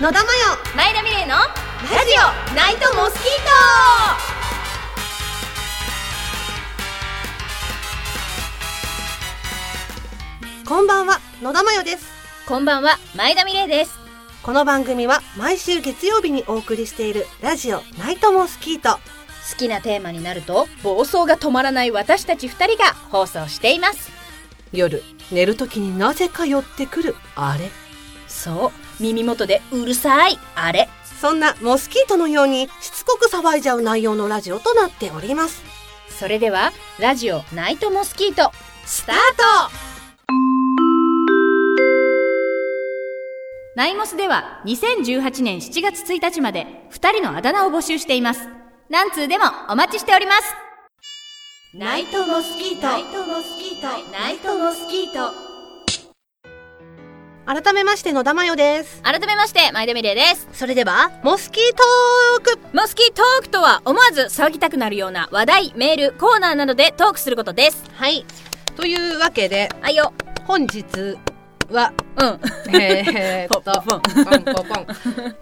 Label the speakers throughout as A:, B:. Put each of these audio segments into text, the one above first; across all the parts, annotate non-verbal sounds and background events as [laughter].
A: 野田真よ
B: 前田美玲のラジオナイトモスキー
A: こんばんは野田真よです
B: トこんばんは前田美玲です
A: この番組は毎週月曜日にお送りしているラジオナイトモスキート
B: 好きなテーマになると暴走が止まらない私たち二人が放送しています
A: 夜寝るときになぜか寄ってくるあれ
B: そう耳元でうるさいあれ
A: そんなモスキートのようにしつこく騒いじゃう内容のラジオとなっております
B: それではラジオナイトモスキート
A: スタート
B: ナイモスでは2018年7月1日まで2人のあだ名を募集しています何通でもお待ちしております
A: ナイトモスキート
B: ナイトモスキートナイトモスキート
A: 改めまして野田真よです
B: 改めまして前田美玲です
A: それではモスキートーク
B: モスキートークとは思わず騒ぎたくなるような話題メールコーナーなどでトークすることです
A: はいというわけで
B: あいよ
A: 本日は
B: うん
A: えー、っと、
B: ポン
A: ポンポンポン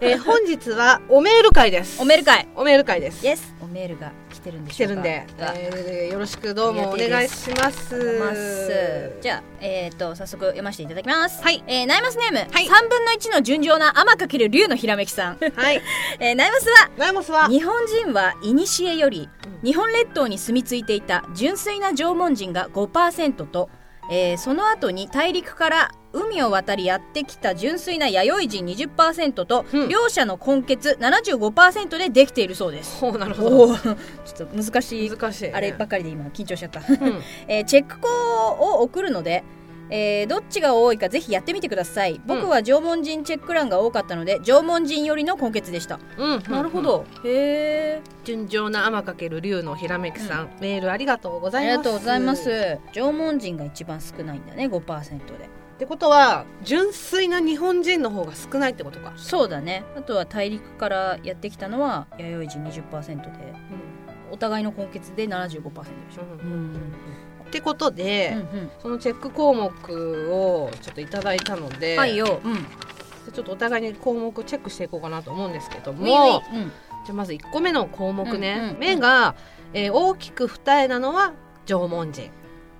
A: えー本日はおメール会です。
B: おメール会
A: おメール会です。
B: エスおメールが来てるんで
A: 来
B: しょ
A: て
B: うか
A: るんで、
B: あ
A: えーよろしくどうもお願いします。
B: ますじゃあ、えー、と早速読ませていただきます
A: はい
B: えーナイマスネーム、
A: はい
B: 3分の1の純情な天かける竜のひらめき
A: [laughs]
B: さん、
A: はい、
B: えーナイマスは
A: ライモスは、
B: 日本人は古より日本列島に住み着いていた純粋な縄文人が5%と、えーその後に大陸から海を渡りやってきた純粋な弥生人20%と、
A: うん
B: 両者の根血75%でできているそうです。
A: ほうなるほ
B: お
A: ど。
B: おー [laughs] ちょっと難しい
A: 難しい、
B: あればかりで今緊張しちゃった、 [laughs]
A: うん、
B: えーチェック項を送るので、えーどっちが多いかぜひやってみてください僕は縄文人チェック欄が多かったので縄文人よりの根血でした、
A: うん、
B: なるほ。どへえ
A: 純情な天かける竜のひらめきさん、メールありがとうござ
B: あ
A: い
B: り
A: ます。
B: がとうございま。す縄文人が一番少ないんだね5%で
A: ってことは、純粋な日本人の方が少ないってことか。
B: そうだねあとは大陸からやってきたのは弥生人20%
A: う
B: で
A: ん
B: お互いの根血で75%でしょ
A: う
B: うんん
A: ってことで、
B: うん
A: そのチェック項目をちょっといただいたの
B: う
A: で、
B: んはいようん
A: ちょっとお互いに項目をチェックしていこうかなと思うんですけども、
B: ううん
A: じゃあまず1個目の項目ね、
B: うんうんうん
A: 目が、えー大きく二重なのは縄文人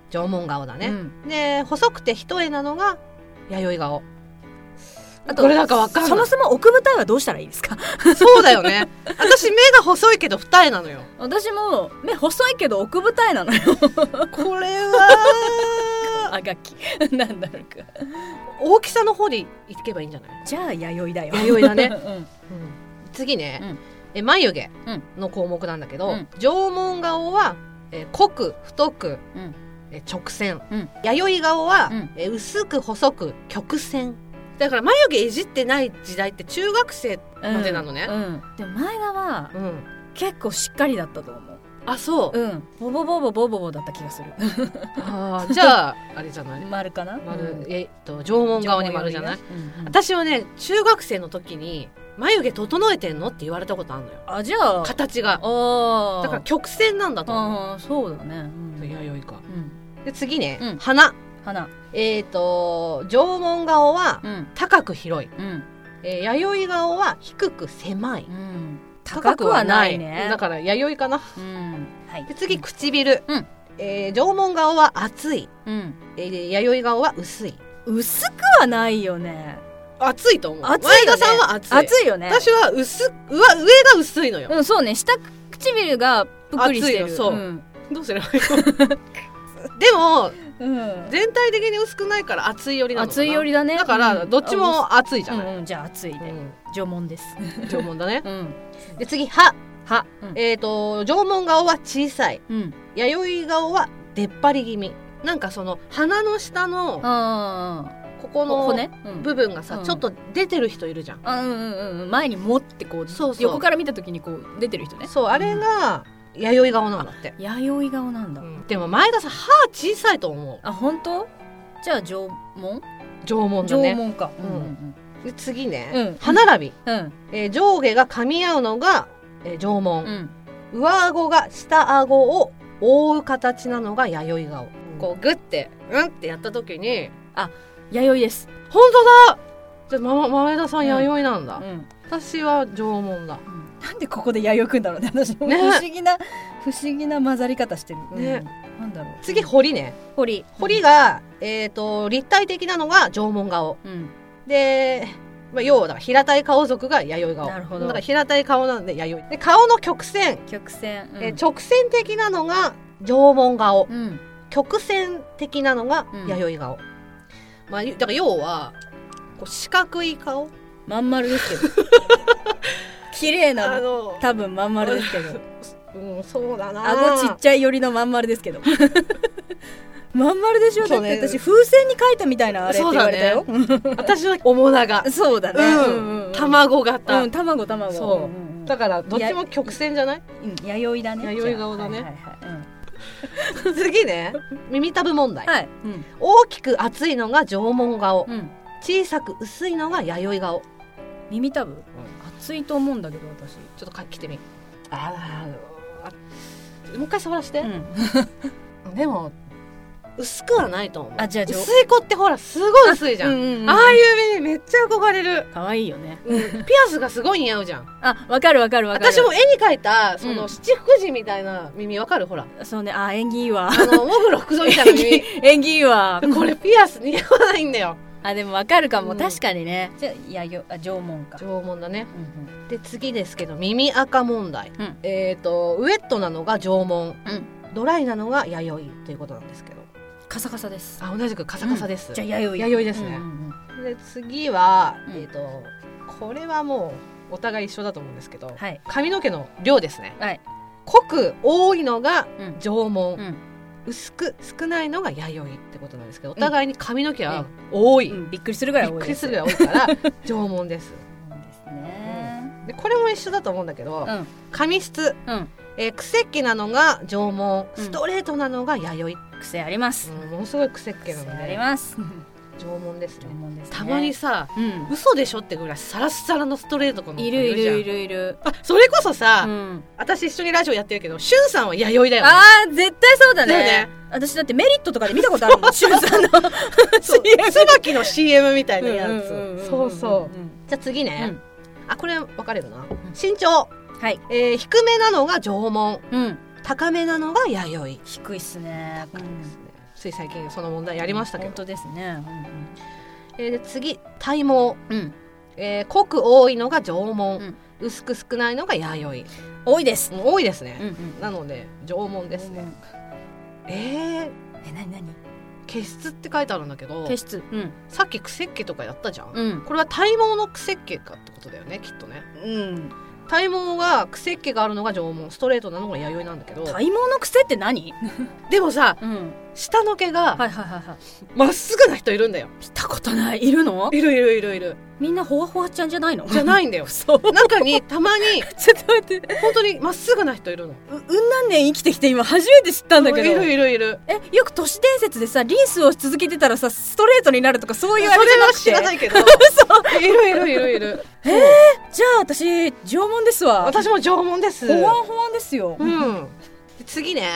A: 縄文顔だ
B: う
A: ね、
B: ん
A: で細くて一重なのが弥生顔
B: あと
A: これなんかわかんない
B: そもそも奥二重はどうしたらいいですか
A: そうだよ [laughs] ね私目が細いけど二重なのよ
B: 私も目細いけど奥二重なのよ
A: これは
B: [laughs] あがき [laughs] なんだろうか
A: 大きさの方でいけばいいんじゃない、
B: じゃあ弥生だよ
A: 弥生だね
B: [laughs] うん
A: 次ね、
B: うん
A: え眉毛の項目なんだけど、
B: うん
A: 縄文顔は、えー濃く太く、
B: うん
A: えー直線、
B: うん
A: 弥生顔は、
B: うん
A: えー薄く細く曲線だから眉毛いじってない時代って中学生
B: うん
A: までなのね
B: うんでも前田は
A: うん、
B: 結構しっかりだったと思う
A: あそう、
B: うん、ボボボボボボボだった気がする。
A: あーじゃああれじゃない
B: [laughs] 丸かな。
A: 丸、
B: うん
A: えーっと縄文顔に丸じゃない、。
B: うんうん
A: 私はね中学生の時に眉毛整えてんのって言われたことあるのよ
B: あ、じゃあ。
A: 形が
B: ああ。
A: だから曲線なんだと思う
B: ああ、そうだね。うん
A: 弥生か
B: うん。
A: で次ね、
B: うん
A: 鼻
B: 花。
A: えー、と縄文顔は
B: うん。
A: 高く広い、
B: うん。
A: えー弥生顔は低く狭い
B: うん。高くはないね。
A: だから弥生かな
B: うん。はい。
A: で次唇、
B: うん
A: えー縄文顔は厚い、
B: うん。
A: えー弥生顔は薄い
B: 薄くはないよね。
A: 厚いと思う
B: 厚いよね
A: 前田さんは厚い
B: 熱いよね。
A: 私は薄うわ上が薄いのよ、
B: うん、そうね。下唇がぷくりし
A: 熱
B: てる。。
A: いよそうんどうすれ [laughs] ばいいのでも
B: うん。
A: 全体的に薄くないから厚いよりなのかな
B: 熱いよりだね。
A: だから
B: うん
A: どっち。も厚いじ
B: あ
A: ゃ
B: う
A: ない、
B: んうん、じゃあ熱いで
A: うん
B: 縄文です。
A: 縄文だね
B: うん。
A: で次歯
B: は。うん
A: えー、と縄文顔は小さい
B: うん。
A: 弥生顔は出っ張り気味なんかその鼻の下の
B: ああ。
A: ここの
B: 骨、うん
A: 部分がさ、
B: うん
A: ちょっと出てる人いるじゃん、
B: あうんうんうん前に持ってこう
A: そうそう
B: 横から見た時にこう出てる人ね
A: そうあれが弥生顔なんだって、
B: 弥生顔なんだ、
A: うんでも前田さん歯小さいと思う
B: あ本当じゃあ縄文、
A: 縄文だ
B: 縄
A: ね
B: 文かうん
A: で次ね、
B: うん
A: 歯並び、
B: うん
A: えー上下が噛み合うのが、えー縄
B: うんう
A: 文、
B: ん
A: 上顎が下顎を覆う形なのが弥生顔、こうグッてうんってやった時に
B: 弥生です
A: 本当だじゃあま前田さん弥生なんだ、
B: うん
A: 私は縄文だ
B: なんでここで弥生くんだろう [laughs] ね私も不
A: ね
B: 思議な、不思議な混ざり方してる、
A: ね
B: うんなんだろう
A: 次堀ね
B: 堀
A: 堀が、えー、と立体的なのが縄文顔
B: うん
A: で、まあ、要はだから平たい顔族が弥生顔
B: なるほど
A: だから平たい顔なんで弥生で顔の曲線、
B: 曲線、うん
A: えー直線的なのが縄文顔、
B: うん
A: 曲線的なのが
B: うん
A: 弥生顔、まあだから要はこう四角い顔
B: まん丸ですけ [laughs] ど綺麗
A: あ
B: な
A: の、
B: 多分まん丸ですけど
A: うん、そうだな
B: 顎ちっちゃい寄りのまん丸ですけど [laughs] まん丸でしょだ
A: そ
B: っ
A: う
B: て
A: ね
B: 私風船に書いたみたいなあれって
A: そう
B: 言わ
A: だ
B: れ
A: ね
B: たよ
A: 私は面長
B: そうだね
A: うん
B: うん
A: 卵型、
B: うん卵卵
A: そうん
B: んん
A: だからどっちも曲線じゃない
B: うん弥生だね
A: 弥生顔だね
B: じゃあはいはいはいうん
A: 次ね耳たぶ問題、
B: はいうん
A: 大きく厚いのが縄文顔
B: うん
A: 小さく薄いのが弥生顔
B: 耳たぶ、熱いと思うんだけど私、
A: ちょっと書きてみあーあーもう一回触らせて、でも薄くはないと思う
B: あじゃあじゃあ
A: 薄い子ってほらすごい薄いじゃん、
B: ん
A: ああいう目めっちゃ憧れる、
B: 可愛いよね
A: ピアスがすごい似合うじゃん
B: あわかるわかるわかる
A: 私も絵に描いたそ
B: うん
A: の七福神みたいな耳わかるほら
B: そうねあ演技いいわ
A: あのモグロ福蔵みたいな耳
B: [laughs] 演技いいわ
A: これピアス似合わないんだよ
B: あでもわかるかも、
A: うん
B: 確かにねじゃあやよあ縄文か、
A: 縄文だね
B: うんうん
A: で次ですけど耳垢問題、
B: うん
A: えっ、とウエットなのが縄文、
B: うん
A: ドライなのが弥生ということなんですけど
B: カサカサです
A: あ同じくカサカサです、
B: じゃあ弥生
A: 弥生ですね
B: うんうん
A: で次は、
B: うん
A: えっ、とこれはもうお互い一緒だと思うんですけど、
B: うんはい
A: 髪の毛の量ですね
B: はい
A: 濃く多いのが
B: うん
A: 縄文、
B: うん
A: 薄く少ないのが弥生ってことなんですけどお互いに髪の毛は多い、
B: うんびっくりするぐらい
A: びっ
B: 多い
A: く
B: で
A: り
B: す
A: するぐらい多いから縄文です
B: そうですね
A: でこれも一緒だと思うんだけど、
B: うん
A: 髪質、
B: うん
A: えー、クセっ気なのが縄文
B: うん
A: ストレートなのが弥生、
B: 癖あります
A: うんものすごいクセっ気なの
B: 癖あり
A: で
B: [laughs] ます
A: 縄文ですね
B: 縄文ですね
A: たまにさ
B: うん
A: 嘘でしょってぐらいサラッサラのストレートこの
B: いるいるい
A: る
B: るいる
A: あそれこそさ、
B: うん
A: 私一緒にラジオやってるけどしゅんさんは弥生だよね
B: ああ絶対そうだね
A: だよね
B: 私だってメリットとかで見たことあ [laughs] るもんシュウさんの
A: そう
B: CM
A: 椿の CM みたいなやつ、そうそう
B: うん
A: じゃあ次ね、
B: うん
A: あこれ分かれるな身長、
B: はい
A: えー低めなのが縄文
B: うん
A: 高めなのが弥生
B: 低いっすねうん
A: つい最近その問題やりましたけ
B: 本
A: ど、
B: 当ですね
A: えーで次体毛、
B: うんうん
A: えー濃く多いのが縄文、
B: うん
A: 薄く少ないのが弥
B: 多いです
A: 生もう多いです
B: うんう
A: ね、
B: ん
A: なので縄文ですね、えー
B: え何何
A: 毛質って書いてあるんだけど
B: 毛質うん
A: さっきクセっ気とかやったじゃん、
B: うん
A: これは体毛のクセっ気かってことだよねきっとね
B: うん
A: 体毛がクセっ気があるのが縄文ストレートなのが弥生なんだけど
B: 体毛の癖って何
A: でもさ
B: うん
A: 下の毛
B: はいはい
A: が
B: はいはい
A: まっすぐな人いるんだよ、
B: 見たことないいるの
A: いるいるいるい
B: [laughs]
A: る
B: みんなほわほわちゃんじゃないの
A: じゃないんだよ中にたまに
B: ちょっと待って
A: 本当にまっすぐな人いるの
B: ううん何年生きてきて今初めて知ったんだけど
A: いるいるいる
B: えよく都市伝説でさリンスをし続けてたらさストレートになるとかそう
A: そ
B: い
A: れ
B: うあれじゃな
A: は
B: くて
A: 知らないけどいるいるいるいる
B: じゃあ私縄文ですわ
A: 私も縄文です
B: ほわんほわんですよ、
A: うんで次ね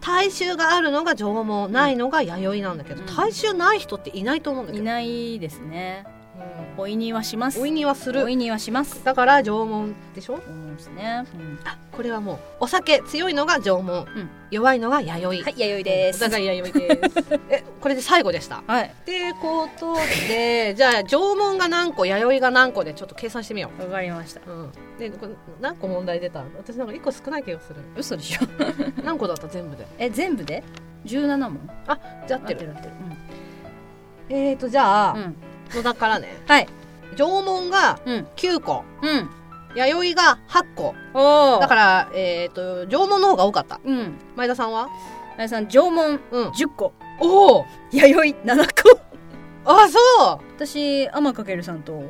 A: 体臭があるのが縄文ないのが弥生なんだけど、
B: うん
A: 体臭ない人っていないと思うんだけ
B: い
A: ど
B: ないですね
A: うん
B: おいにはします
A: おいにはす
B: お
A: る
B: いにはします
A: だから縄文でしょ
B: 思うんですね、
A: あこれはもうお酒強いのが縄文、
B: ん
A: 弱いのが弥生
B: はい弥生です
A: お互い弥生ですえこれで最後でした
B: はい
A: ってことでじゃあ縄文が何個弥生が何個でちょっと計算してみよ
B: わかりました
A: ううんでこれ何個問題出た私なんか1個少ない気が [laughs] する
B: 嘘でしょ
A: 何個だった全部で
B: え全部で17問
A: あじゃあ合ってる
B: 合ってる
A: えーとじゃあ、
B: うん、うん、
A: 野田からね
B: はい
A: 縄文が
B: うん
A: 9個
B: うん
A: 弥生が8個
B: おお
A: だかららえっ、と縄文の方が多かった
B: うん
A: 前田さんは
B: あやさん縄文
A: うん
B: 10個
A: おお
B: 弥生7個
A: あそ
B: 私天かけるさんと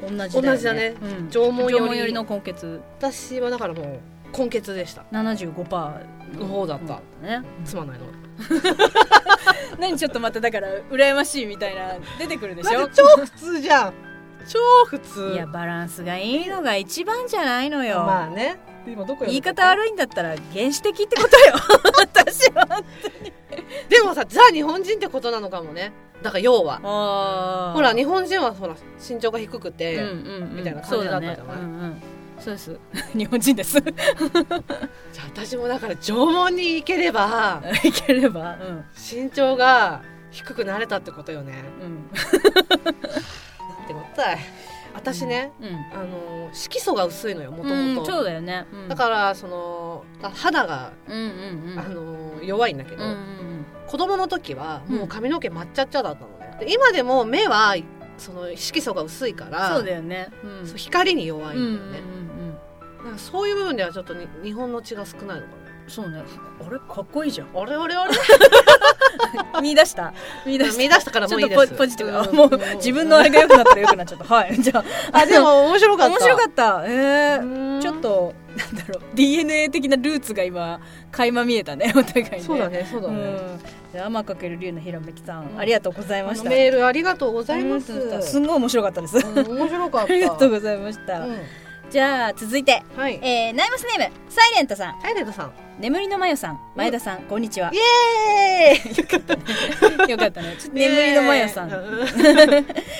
B: 同じだよ、ね、
A: 同じだね
B: うん、
A: 縄文より
B: 縄文よりの根血
A: う私はだからもう根血でした
B: 75%
A: の方だった、
B: ね
A: つまんないの
B: [laughs] 何ちょっとまただから羨ましいみたいな出てくるでし
A: だ
B: ょ
A: って超普通じゃん [laughs] 超普通
B: いやバランスがいいのが一番じゃないのよ、
A: まあね今どこ
B: 言い方悪いんだったら原始的ってことよ [laughs] 私は
A: でもさザ日本人ってことなのかもねだから要は
B: あー
A: ほら日本人はほら身長が低くて、
B: うんうんうん
A: みたいな感じだったじゃない
B: そうだねうんうんそうです [laughs] 日本人です
A: じゃあ私もだから縄文に行ければ
B: いければうん
A: 身長が低くなれたってことよね
B: うん
A: ってことだよ私ね、
B: うん
A: あの色素が薄いのよもと
B: う
A: も
B: んそう
A: と
B: だよねうん
A: だからそのあ肌が、
B: うんうんうん
A: あの弱いんだけど、
B: うんうん
A: 子供の時は
B: うん
A: もう髪の毛抹茶茶だったのねで今でも目はその色素が薄いから
B: そうだよねうん
A: そう光に弱い
B: うんうんん
A: だよね、
B: うん
A: なんかそういう部分ではちょっとに日本の血が少ないのかな
B: そうねあれかっこいいじゃん
A: あれあれあれ
B: 見出した見出した
A: 見出したからもういいです
B: ちょっとポポジティブあ
A: うん
B: もう自分のあれが良くなったら良くなっちゃったはいじゃ
A: [laughs]
B: あ
A: あでも面白かった
B: 面白かったええ
A: うん
B: ちょっとなんだろう DNA 的なルーツが今垣間見えたねお互いね
A: そうだねそうだ
B: う
A: ね、
B: んじゃあ天かける龍のひろめきさんありがとうございま
A: あ
B: し
A: の
B: た
A: メールありがとうございます。
B: うんすんごい面白かったですあ
A: うん面白かった。
B: りがとうございまし
A: う
B: た
A: ん
B: じゃあ続いて
A: はい。え、
B: えーナイムスネームサイレントさん
A: サイレントさん。
B: 眠りのまよさん前田さんこんにちは
A: イエーイ。
B: よかったねちょっと眠りのまよさん
A: う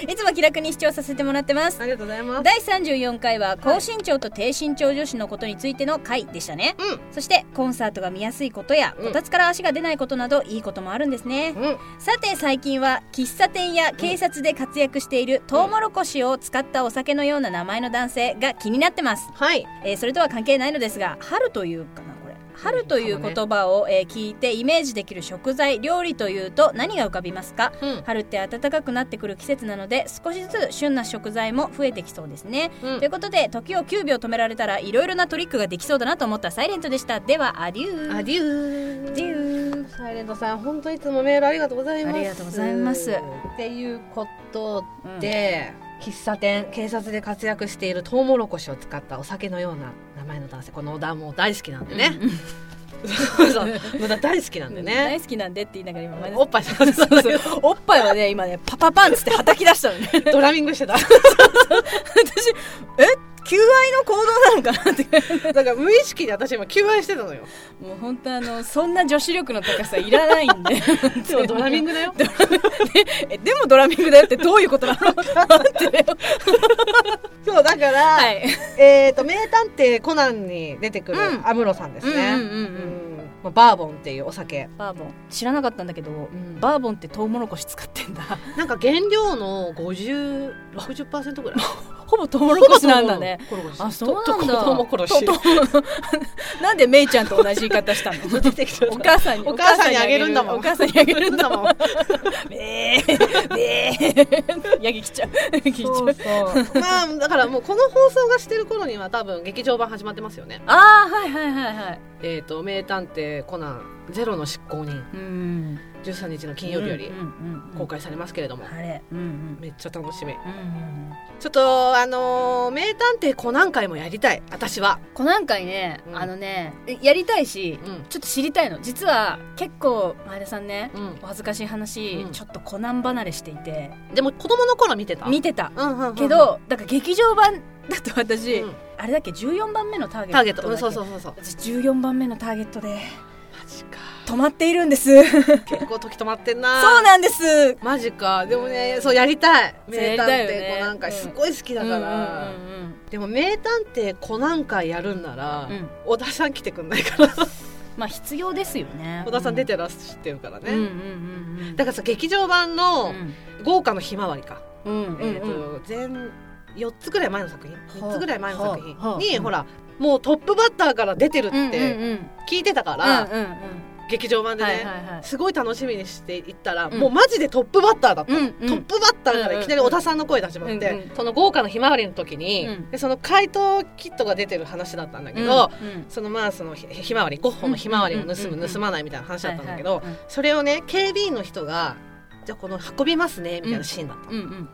B: いつも気楽に視聴させてもらってます
A: ありがとうございます。
B: 第34回は高身長と低身長女子のことについての回でしたね、
A: うん
B: そしてコンサートが見やすいことや、
A: うん
B: こたつから足が出ないことなどいいこともあるんですね、
A: うん。
B: さて最近は喫茶店や警察で活躍しているトウモロコシを使ったお酒のような名前の男性が気になってます、
A: はい。
B: えーそれとは関係ないのですが春というかなこれ春という言葉を、えー聞いてイメージできる食材料理というと何が浮かびますか
A: うん。
B: 春って暖かくなってくる季節なので少しずつ旬な食材も増えてきそうですね、
A: うん
B: ということで時を9秒止められたらいろいろなトリックができそうだなと思ったサイレントでしたではアデュー
A: アデュー。
B: デュー
A: サイレントさん、本当いつもメールありがとうございます。
B: ありがとうございます
A: っていうことで、喫茶店、警察で活躍しているトウモロコシを使ったお酒のような名前の男性、このお団も大好きなんでね。そうそう、無駄大好きなんでね。
B: 大好きなんでって言いながら今前田
A: お
B: さ
A: っぱい触ってたん
B: ん
A: だけ
B: そう
A: ど
B: そうおっぱいはね今ねパパパンつってはたき出したのね
A: ドラミングしてた。
B: 私え求愛の行動なのかなって
A: だから無意識で私今求愛してたのよ。
B: もう本当あのそんな女子力の高さいらないんで
A: でもドラミングだよ。
B: えでもドラミングだよってどういうことなの待ってよ
A: そうだから、
B: はい
A: えっ、と名探偵コナンに出てくる
B: うん
A: 安室さんですね。
B: うんうんうんうん
A: うんまあバーボンっていうお酒。
B: バーボン知らなかったんだけど、
A: ん
B: バーボンってトウモロコシ使ってんだ
A: なんか原料の50、60%ぐらい。
B: ほぼトウモロコシなんだね
A: トウモロコシ。
B: あそうなん
A: と
B: だ
A: 子供殺し。
B: とと [laughs] なんでメイちゃんと同じ言い方したの
A: 出てきちゃった
B: [laughs] お母さんに
A: お母さんにあげるんだもん。
B: お母さんにあげるんだもん
A: お母さんにあげるんだもん。 [laughs]
B: えー、えー、ヤギ来ちゃうヤギ来ちゃう
A: そうそう。まあだからもうこの放送がしてる頃には多分劇場版始まってますよね。
B: ああはいはいはいはい
A: えっ、と名探偵コナンゼロの執行人
B: うん
A: 13日の金曜日より
B: うんうんうん
A: 公開されますけれども。
B: あれうんうん
A: めっちゃ楽しみ
B: うんうん
A: ちょっとあのー名探偵コナン会もやりたい私は
B: コナン会ね、
A: うん
B: あのねやりたいし
A: うん
B: ちょっと知りたいの実は結構前田さんね
A: うん
B: お恥ずかしい話、
A: うん
B: ちょっとコナン離れしていて
A: でも子供の頃見てた
B: 見てた
A: うんうんうんうん
B: けどだから劇場版だと私、
A: うん
B: あれだっけ14番目のターゲット
A: ター
B: だっけ
A: ゲットうんそうそうそうそう
B: 私14番目のターゲットで
A: マジか
B: 止まっているんですそう
A: 結構時止まってん
B: [laughs]
A: な
B: なんです
A: マジかでもねそうやりたい
B: そうや
A: 名
B: り
A: 探
B: たいよね
A: 偵コナン会、
B: うん
A: すごい好きだから、
B: うんうん
A: でも名探偵コナン会やるんなら、
B: うんうん
A: 小田さん来てくんないかな
B: まあ必要ですよね
A: 小田さん出てらっしゃってるからね、
B: うんうんうんうん
A: だからさ劇場版
B: う
A: の
B: ん
A: 豪華のひまわりか、
B: うんうんうん
A: えー、と全4つぐらい前の作品
B: はあ
A: 3つぐらい前の作
B: はあは
A: 品
B: あ
A: にほらもうトップバッターから出てるっ
B: うんうんうん
A: て聞いてたか
B: うん
A: ら
B: うんうん
A: 劇場版で
B: はいはい
A: ね
B: はい
A: すごい楽しみにしていったら
B: うん
A: もうマジでトップバッターだった
B: う
A: ト
B: んうん
A: ップバッターからいきなり小田さんの声出しまっ
B: うん
A: て
B: うん
A: その豪華のひまわりの時に
B: うん
A: でその怪盗キットが出てる話だったんだけ
B: うん
A: ど
B: うん
A: そのまあそのひひまわりゴッホのひまわりを盗
B: うんうんう
A: む
B: ん
A: 盗まないみたいな話だったんだけ
B: は
A: ど
B: いはい
A: それをね警備員の人がじゃあこの運びますねみたいなシーンだったの
B: うんうん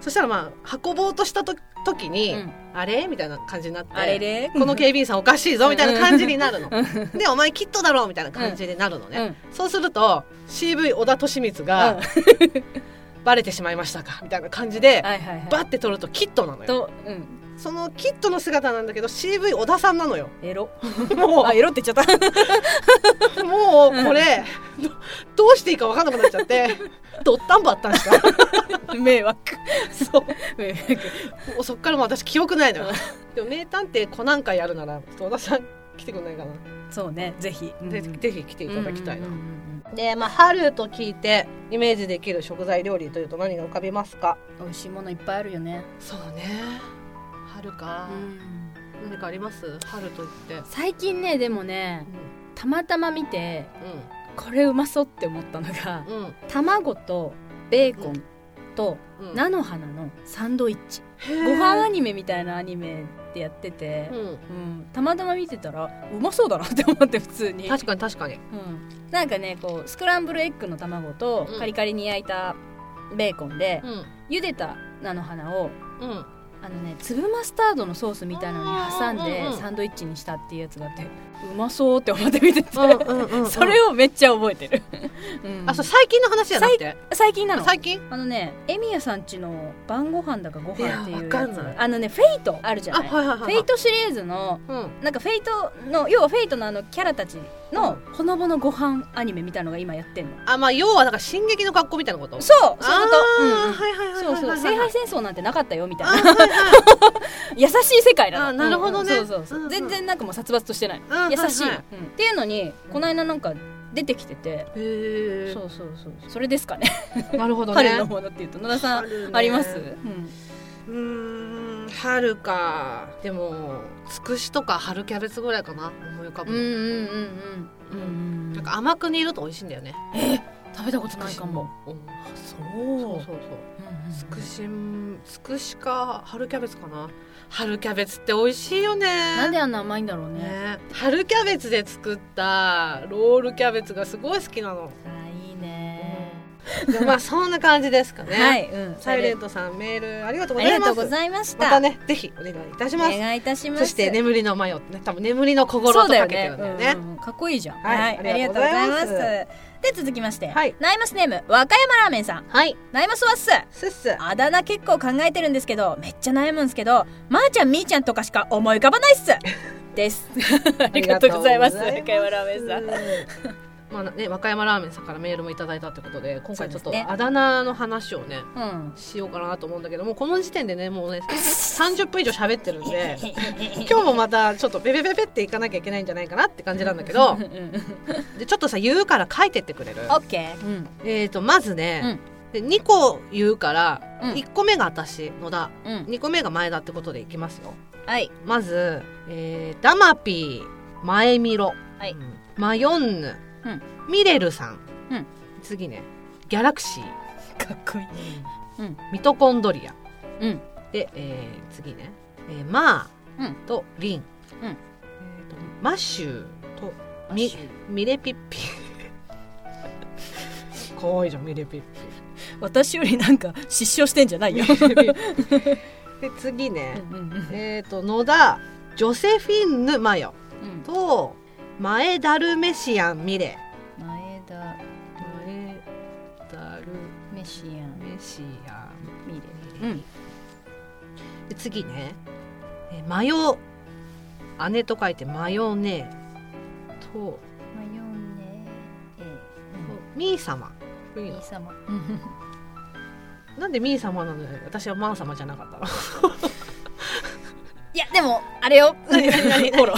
A: そしたらまあ運ぼうとしたと時に、
B: うん
A: あれみたいな感じになって
B: あれれ
A: この警備員さんおかしいぞみたいな感じになるの
B: うん
A: でお前キットだろみたいな感じになるの
B: う
A: ね、
B: ん
A: そうすると CV 小田利光が、
B: は
A: バレてしまいましたかみたいな感じで、
B: いはいはい
A: バッて撮るとキットなのよ
B: とうん
A: そのキットの姿なんだけど CV 小田さんなのよ
B: エロ
A: も
B: あエロって言っちゃった
A: [laughs] うもうこれ、どどうしていいか分かんなくなっちゃってドッタンバあったんですか [laughs]
B: 迷惑
A: そう
B: 迷惑
A: もうそっからもう私記憶ないの [laughs] よでも名探偵コナン会やるなら戸田さん来てくんないかな、
B: そうねぜひ
A: で
B: うん
A: ぜひ来ていただきたいな、
B: うんうんうん
A: でまあ春と聞いてイメージできる食材料理というと何が浮かびますか
B: うん美味しいものいっぱいあるよね、
A: そうね春か何かあります春といって
B: 最近ねでもねたまたま見て
A: う
B: これうまそうって思ったのが
A: んうんうん
B: 卵とベーコンと
A: うん
B: 菜の花のサンドイッチ、
A: へー
B: ご飯アニメみたいなアニメでやってて、
A: う
B: うんたまたま見てたらうまそうだなって思って普通に
A: ん、確かに確かに
B: うん、なんかねこうスクランブルエッグの卵と
A: うん
B: カリカリに焼いたベーコンで、
A: ん
B: 茹でた菜の花を
A: うん
B: あのね粒マスタードのソースみたいなのに挟ん
A: うんうん
B: で
A: うん
B: サンドイッチにしたっていうやつがあってうまそうって思って見てて、 [laughs] そ
A: [laughs]
C: それ
B: れをめっちゃ覚えてる、うん
A: あそう最近の話じゃなくて
B: 最近なの
A: 最近
B: あのねエミヤさんちの晩ご飯だかご飯ってい
A: いやわ
B: う
A: か
B: や
A: ん
B: つ
A: ない
B: あのねフェイトあるじゃない
A: いはい
B: フェイトシリーズの
A: うん
B: なんかフェイトの要はフェイトのあのキャラたちのほのぼのご飯アニメみたいのが今やってんの
A: あまあ要はなんか進撃の格好みたいなこと
B: そうそう
A: あー
B: いうこと、
A: はいはいはい
B: うんうん、そうそう
A: はい
B: 聖
A: はい
B: 杯戦争なんてなかったよみたいな
A: あ
B: 優しい世界なの
A: あなるほどね
B: うんうんそうそうそう、
A: うんうん
B: 全然なんかもう殺伐としてないの
A: はいはい
B: 優しいの、
A: うんは
B: うんっていうのにこの間なんか出てきてて、
A: いはいへ
B: そうそうそうそれですかね
A: えなるほどね
B: 春のものっていうと野田さん
A: 春ね
B: あります、うん
A: うーん春かでもつくしとか春キャベツぐらいかな思い浮か
B: う
A: ぶ
B: んう
A: の、
B: んうんうんうん
A: なんか甘く煮ると美味しいんだよね
B: 食べたことないかも、
A: うん
B: そ
A: そう
B: う
A: そうそうつく
B: し
A: しんつくしか春キャベツかな春キャベツって美味しいよね
B: なんであんな甘いんだろうね
A: ね春キャベツで作ったロールキャベツがすごい好きなの
B: あいいね、
A: でまあそんな感じですかね
B: はい、うん、
A: サイレントさんメールありがとう
B: あ
A: ご
B: り
A: ざい
B: が
A: ます
B: とうございました
A: またねぜひお願いいたし
B: お
A: ます
B: 願いいたします
A: そして眠りの迷ってね多分眠りの心
B: そ
A: と
B: うだよ
A: かけて
B: ね
A: るんだよね
B: うんうんかっこいいじゃん
A: はいありがとうございます
B: ありがとうございますで続きまして、
A: はい
B: ナイマスネーム和歌山ラーメンさん
A: はい
B: ナイマスワッス
A: すっす
B: あだ名結構考えてるんですけどめっちゃ悩むんですけどまー、ちゃんみーちゃんとかしか思い浮かばないっ
A: [laughs]
B: すです [laughs] ありがとうございます
A: ありがとうござ
B: 和歌山ラーメンさん
A: いますまあね、和歌山ラーメンさんからメールもいただいたということで今回ちょっと
B: そうですね
A: あだ名の話をね
B: うん
A: しようかなと思うんだけどもうこの時点でねもうね30分以上喋ってるんで今日もまたちょっとベベベベっていかなきゃいけないんじゃないかなって感じなんだけど
B: [laughs] うんうん
A: でちょっとさ言うから書いてってくれる
B: オッケー、うん
A: えーとまずね、で2個言うから
B: うん
A: 1個目が私野田
B: うん、
A: 2個目が前田ってことでいきますよ
B: はい
A: まず、えーダマピー前みろ、
B: はい
A: うんマヨンヌ、
B: うん
A: ミレルさん、
B: うん
A: 次ねギャラクシー
B: かっこいいうん
A: ミトコンドリア
B: うん
A: で、えー次ね、えーマ
B: う
A: ー
B: ん
A: とリン、
B: う
A: え
B: ん
A: ーとマッシューとミミレピッピ [laughs] 可愛いじゃんミレピッ
B: 私よりなんか失笑してんじゃな
A: [laughs]
B: いよ
A: ピで次
B: うん
A: ね、
B: うんうん
A: えっ、と野田ジョセフィンヌ・マヨ
B: うん
A: と前ダルメシアン・ミレ
B: 前田
A: 前ダル
B: メシアン
A: メシアン
B: ミレ
A: ミ
B: う
A: レ、
B: ん
A: で次ね、えーマヨ姉と書いてマヨネーと
B: マヨネ
A: ミー様
B: ー
A: ミー
B: 様
A: なんでミー様なのよ私はマン様じゃなかったの
B: いやでもあれよフォローロ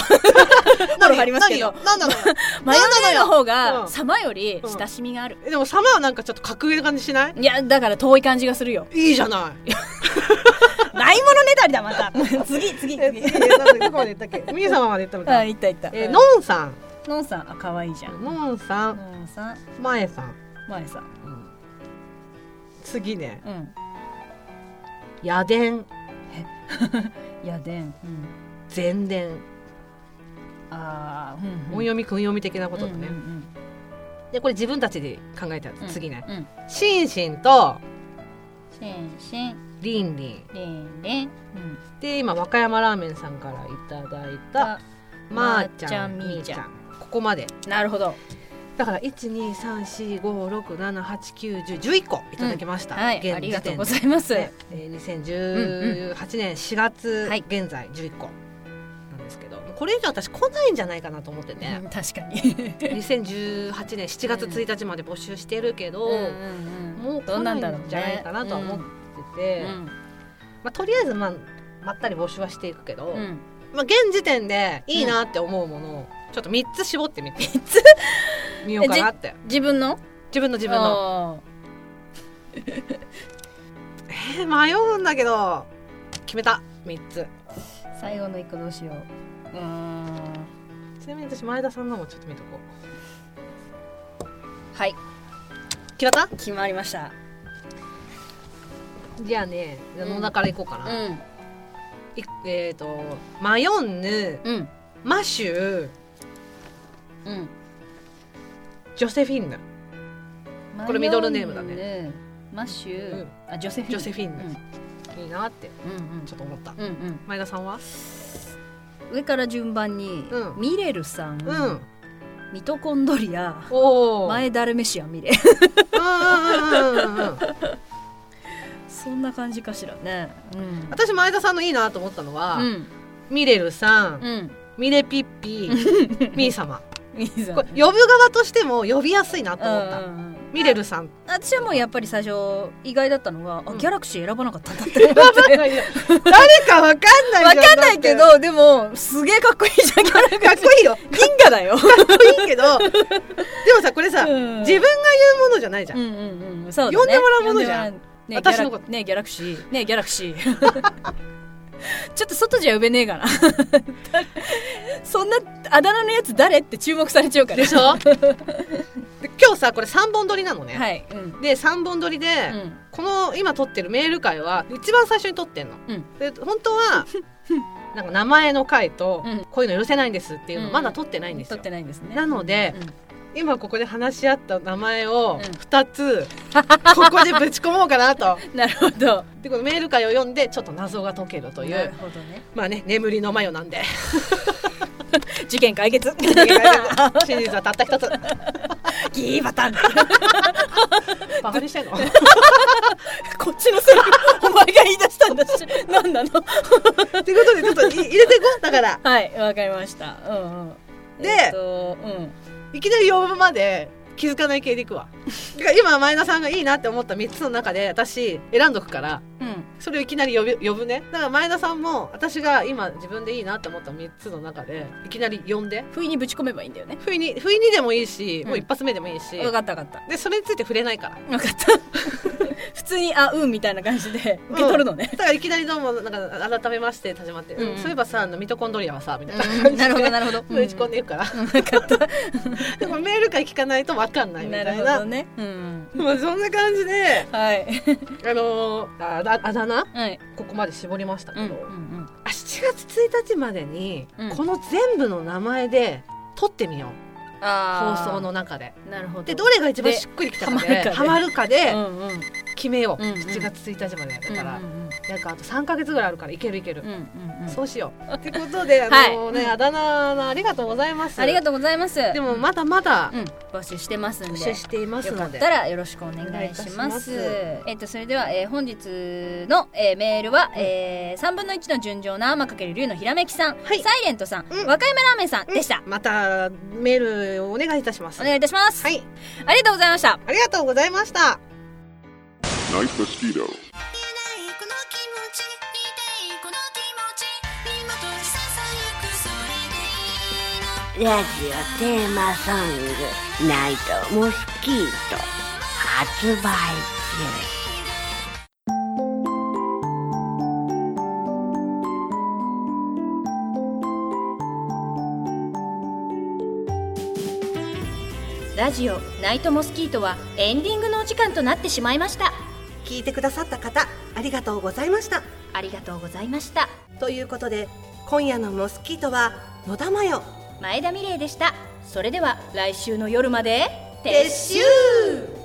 B: ーありますけど
A: [laughs] 何なのよ
B: マヨネーの方
A: うん
B: が様より親しみがある
A: えでも様はなんかちょっと格上な感じしない
B: いやだから遠い感じがするよ
A: いいじゃない
B: ないものねだりだまた次次
A: え
B: 次
A: なんでどこまで行ったっけミー様まで行ったの
B: あ
A: か
B: いったいった
A: えー
B: うん
A: ノンさん
B: のんさんあ可愛いじゃん
A: ノンさん
B: のんさん
A: マエさん、
B: まえさん
A: 次ね
B: うん
A: ヤデン
B: やでんうん
A: ゼンデン
B: ああうん
A: 音読み訓読み的なことだね、
B: うんうん
A: でこれ自分たちで考えたや
B: うん
A: つ次ね、
B: うん
A: シンシンと
B: しんしん
A: リンリン
B: りんりんうん
A: で今和歌山ラーメンさんからいただいたまーちゃんみーちゃんここまで
B: なるほど
A: だから1 2 3 4 5 6 7 8 9 1 0 1 1個いただきました、
B: はい
A: 現時点で
B: ありがとうございます
A: でえー2018年4月
B: はい
A: 現在11個なんですけど、これ以上私来ないんじゃないかなと思ってね、
B: うん確かに
A: 2018年7月1日まで募集してるけど、
B: うんうんうん
A: もう
B: ど
A: 来
B: う
A: な
B: ないんだろうんね
A: じゃないかなとは思ってて、
B: うん
A: まあ、とりあえず、まあ、まったり募集はしていくけど、
B: うん
A: まあ、現時点でいいなって思うものをちょっと3つ絞ってみて3 [laughs]
B: つ
A: 見ようかなって
B: 自分の
A: 自分の自
B: 自
A: 分の
B: の
A: えー迷うんだけど決めた3つ
B: 最後の一個どうしよううーん
A: ちなみに私前田さんのもちょっと見とこう
B: はい
A: 決まっ
B: 決まりました
A: たじゃあねじゃあ
B: うん
A: 野田からいこうかな、
B: うん
A: いえっ、とマヨンヌ
B: うん
A: マシュー
B: うん
A: ジョセフィンヌこれミドルネームだね
B: マヨネマッシュ、
A: うん
B: あジョセフィン
A: ジョセフィン
B: う
A: ヌ、
B: ん
A: いいなって
B: うんうん
A: ちょっと思った
B: うんうん
A: 前田さんは
B: 上から順番に、
A: うん
B: ミレルさん、
A: うん、
B: ミトコンドリア
A: おお
B: 前ダルメ [laughs] シアミレ
A: うんうんうんうんうんうん
B: そんな感じかしらねうん
A: 私前田さんのいいなと思ったのは、
B: うん
A: ミレルさん、
B: うん
A: ミレピッピミー
B: [laughs]
A: 様
B: いいぞ
A: これ呼ぶ側としても呼びやすいなと
B: うんう
A: 思った、
B: んうん
A: ミレル
B: [laughs]
A: さん
B: 私はもうやっぱり最初意外だったのは、あ
A: うん
B: ギャラクシー選ばなかったんだって
A: [laughs]
B: わ
A: 誰かわかんない
B: かん
A: じゃん
B: ないけ
A: だっ
B: どでもすげえかっこいいじゃんギャラクシー
A: てかっこいいよかっ
B: 銀河だよ、
A: こいいけ
B: [laughs]
A: どでもさこれさ、
B: うん
A: 自分が言うものじゃないじゃん、
B: うんうんうんそうだね
A: 呼んでもらうものじゃん
B: 呼でもらうね
A: 私
B: 私
A: のこ
B: のこととねギャラクシーねギャラクシー [laughs] ちょっと外じゃ呼べねえかな [laughs] そんなあだ名のやつ誰って注目されちゃうから
A: でしょで今日さこれ3本撮りなのね、
B: はいうん
A: で3本撮りで、
B: うん
A: この今撮ってるメール会は一番最初に撮ってんの、
B: うん
A: で本当は
B: [laughs]
A: なんか名前の回と、
B: うん
A: こういうの許せないんですっていうの
B: うん
A: まだ撮ってないんです
B: 撮
A: よ
B: っ、てないんですね
A: なので、今ここで話し合った名前を
B: うん
A: 2つ、
B: [laughs]
A: ここでぶち込もうかなと
B: うんなるほど
A: でこのメール会を読んでちょっと謎が解けるとい
B: なる
A: う
B: ほどね
A: まあね眠りのマヨなん
B: [laughs]
A: で
B: 事件解
A: [laughs]
B: 決
A: 真実はたった一つ
B: ギーバタン
A: バカに
B: [laughs]
A: してんの
B: こっちのセリフお前が言い出したんだし何なの
A: っていうことでちょっとい入れていこうだから
B: はいわかりましたうんうん
A: で
B: えっとうん
A: いきなり呼ぶまで気づかない系でいくわ [laughs] だから今前田さんがいいなって思った3つの中で私選んどくから
B: うん
A: それをいきなり呼ぶ呼ぶねだから前田さんも私が今自分でいいなって思った3つの中でいきなり呼んで
B: 不意にぶち込めばいいんだよね
A: 不意に不意にでもいいし、
B: うん
A: もう一発目でもいいし
B: わかったわかった
A: でそれについて触れないから
B: 分かった [laughs] 普通に「あうん」みたいな感じで受け取るのね、
A: だからいきなりどうもなんか改めまして始まって、
B: うん
A: うんそういえばさあのミトコンドリアはさみたいな
B: うん [laughs] なるほどなるほど
A: 打ち込んでいくから、
B: うん分かった
A: [laughs] でもメールか聞かないと分かんないみた
B: ないる
A: な
B: ほどねうん
A: まあそんな感じで
B: はい
A: あのーあだあだ名
B: はい
A: ここまで絞りました
B: う
A: け
B: ん
A: ど、
B: うん
A: あ7月1日までに、
B: うん
A: この全部の名前で撮ってみよう放
B: あー
A: 送の中で
B: なるほど
A: でどれが一番しっくりきたかで
B: で
A: ハマるかで
B: うんうん
A: 決めよう、
B: うんうん
A: 7月1日までやったから、
B: うんうん
A: なんかあと3か月ぐらいあるからいけるいける
B: うん、うんうん
A: そうしよう。ってことで、あの
B: はい
A: ね、あだ名のありがとうございます。
B: ありが
A: と
B: とうございます
A: でも、まだまだ
B: うん募集してますん
A: 募
B: で
A: 集しています
B: よか
A: の
B: っ
A: で。
B: たらよろしくお願
A: お願いい
B: い
A: た
B: し
A: しま
B: ますす。えっとそれでは、えー本日の、えーメールは、えー3分の1の純情な天かける龍のひらめきさん、
A: はい
B: サイレントさん、
A: うん
B: 若山ラーメンさんでした。
A: また、メールをお願いいたします。
B: お願いいたします、
A: はい。
B: ありがとうございました。
A: ありがとうございました。
D: Night mosquito.
E: ないこの気持ち見ていいこの気持ち今取りささゆくそれでいいの
F: ラジオテーマソング「ナイトモスキート」発売中。
B: ラジオナイトモスキートはエンディングのお時間となってしまいました。
C: 聞いてくださった方ありがとうございました
B: ありがとうございました。
C: ということで今夜のモスキートは野田真代
B: 前田美玲でした。それでは来週の夜まで
C: 撤収